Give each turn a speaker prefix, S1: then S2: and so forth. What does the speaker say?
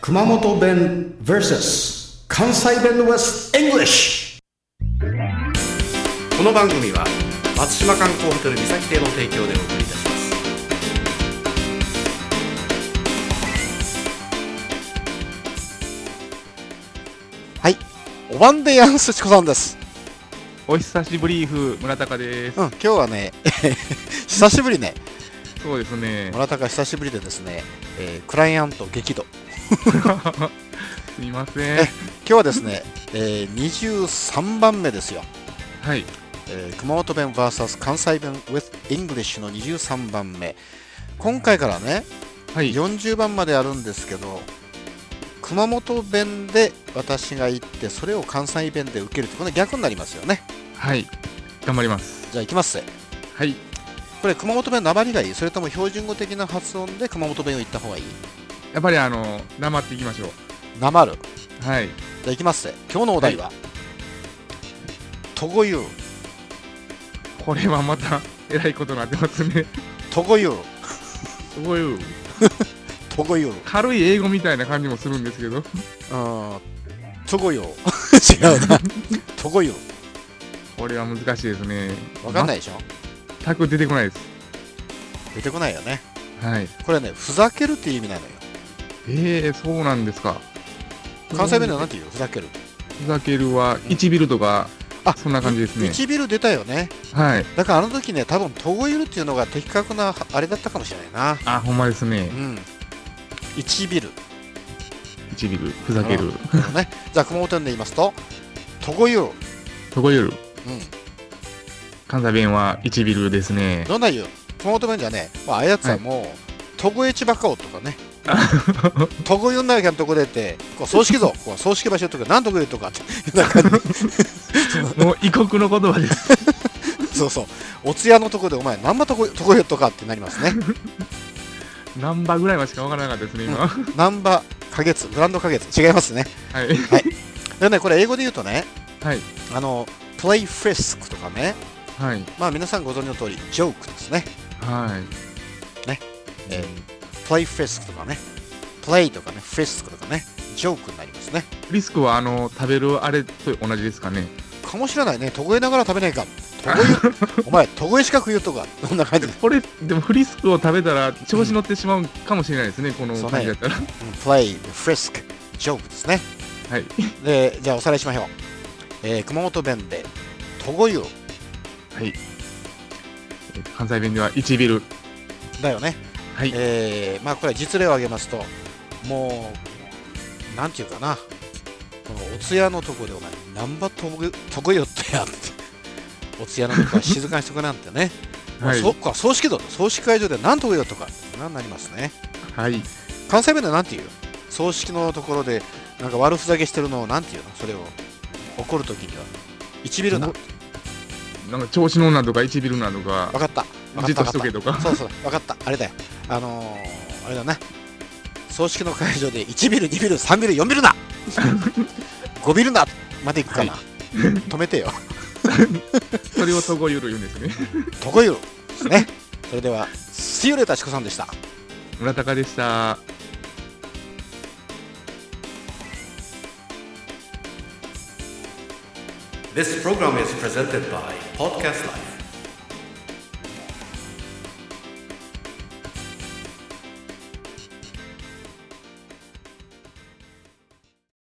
S1: 熊本弁 VS 関西弁 West English
S2: この番組は松島観光ホテル三崎邸の提供でお送りいたします
S3: はい。おばんでやんすちこさんです。
S4: お久しぶりふ村高です。
S3: うん、今日はね、 久しぶりね。
S4: そうですね。
S3: 村高久しぶりでですね、えークライアント激怒。
S4: すみません。
S3: 今日はですね、えー23番目ですよ。
S4: はい。
S3: えー熊本弁 VS 関西弁 with English の23番目。今回からね、
S4: はい。
S3: 40番まであるんですけど、熊本弁で私が言って、それを関西弁で受けるって、これ逆になりますよね。
S4: はい。頑張ります。
S3: じゃあ行きますぜ。
S4: はい。
S3: これ熊本弁なまりがいいそれとも標準語的な発音で熊本弁を言った方がいい
S4: やっぱりあの黙っていきましょ
S3: なまる
S4: う。はい。
S3: じゃあいきますぜ今日のお題は、とごゆう
S4: これはまた えらいことになってますね。
S3: とごゆう
S4: すごい
S3: とごゆうう
S4: 軽い英語みたいな感じもするんですけど。
S3: ーんとごゆう 違うなとごゆう
S4: これは難しいですね。
S3: わかんない
S4: い。
S3: でしょ
S4: 全く出てこないです。
S3: 出てこないよね
S4: はい。
S3: これねふざけるっていう意味なのよ
S4: えー、そうなんですか。
S3: 関西弁ではなんて言うふざける
S4: ふざけるは1ビルとか、
S3: あ
S4: そんな感じですね。
S3: 唇出たよね
S4: はい。
S3: だからあの時ね多分とごゆるっていうのが的確なあれだったかもしれないな
S4: あ、ほんまです
S3: う
S4: ね。
S3: ん1ビル
S4: 1ビル、ふざける。
S3: ね、じゃあ熊本弁で言いますと、とごゆう、
S4: そこより
S3: う
S4: 関西弁は1ビルですね
S3: ん、。どんな言う熊本弁じゃね、まあ、あやつはもう、とごえちばかおとかね、とごゆんなきゃんとこでって、こう葬式像、こう葬式場所とか、なんとこ言うとかって、なんか
S4: もう異国の言葉です。
S3: そうそう、お通夜のとこで、お前、なんばとことこゆうとかってなりますね、
S4: 何番ぐらいはしかわからなかったですね、今。は
S3: なんば花月、ブランド花月、違いますね。
S4: い。
S3: でね、これ、英語で言うとね、
S4: はい。
S3: あの、プレイフリスクとかね、
S4: はい。
S3: まあ皆さんご存知の通り、ジョークですね、
S4: はい。
S3: ねえプレイフリスクとかね、プレイとかね、フリスクとかね、ジョークになりますね。
S4: リスクは、あの、食べるあれと同じですかね。
S3: かもしれないね、とごえながら食べないか、とごゆ お前、とごえしか食うとか、どんな感じで、
S4: これ、でもフリスクを食べたら調子乗ってしまうかもしれないですね、この
S3: そうね
S4: 感じだったら。
S3: プレイ、フリスク、ジョークですね。
S4: はい。
S3: で、じゃあおさらいしましょう。えー熊本弁で、とごゆ
S4: はい。えー関西弁では1ビル。
S3: だよね。
S4: はい。
S3: えーまあこれは実例を挙げますと、もう、なんていうかな、このお通夜のとこでお前、なんばとごとごゆってやんって。お通夜のとこは静かにしとくなんてね。
S4: は
S3: そっ
S4: い。
S3: か、葬式だと、葬式会場でなんとごゆとか、なんなりますね。
S4: はい。
S3: 関西弁でなんて言う葬式のところでなんか悪ふざけしてるのをなんて言うのそれを怒るときには一ビルな分
S4: なんか、調子乗んなとか、1ビルなとか、
S3: かった
S4: じ
S3: 分か
S4: っと
S3: った
S4: しとけ
S3: 分
S4: と
S3: かったそ
S4: か。
S3: うそう分かったあれだよあのー、あれだな葬式の会場で1ビル2ビル3ビル4ビル だ5ビルだまで行くかな、止めて よ
S4: それをとごゆる言うんですね。
S3: とこゆるですねそれでは See you later チコさんでした
S4: 村高でした。
S2: This program is presented by Podcast Life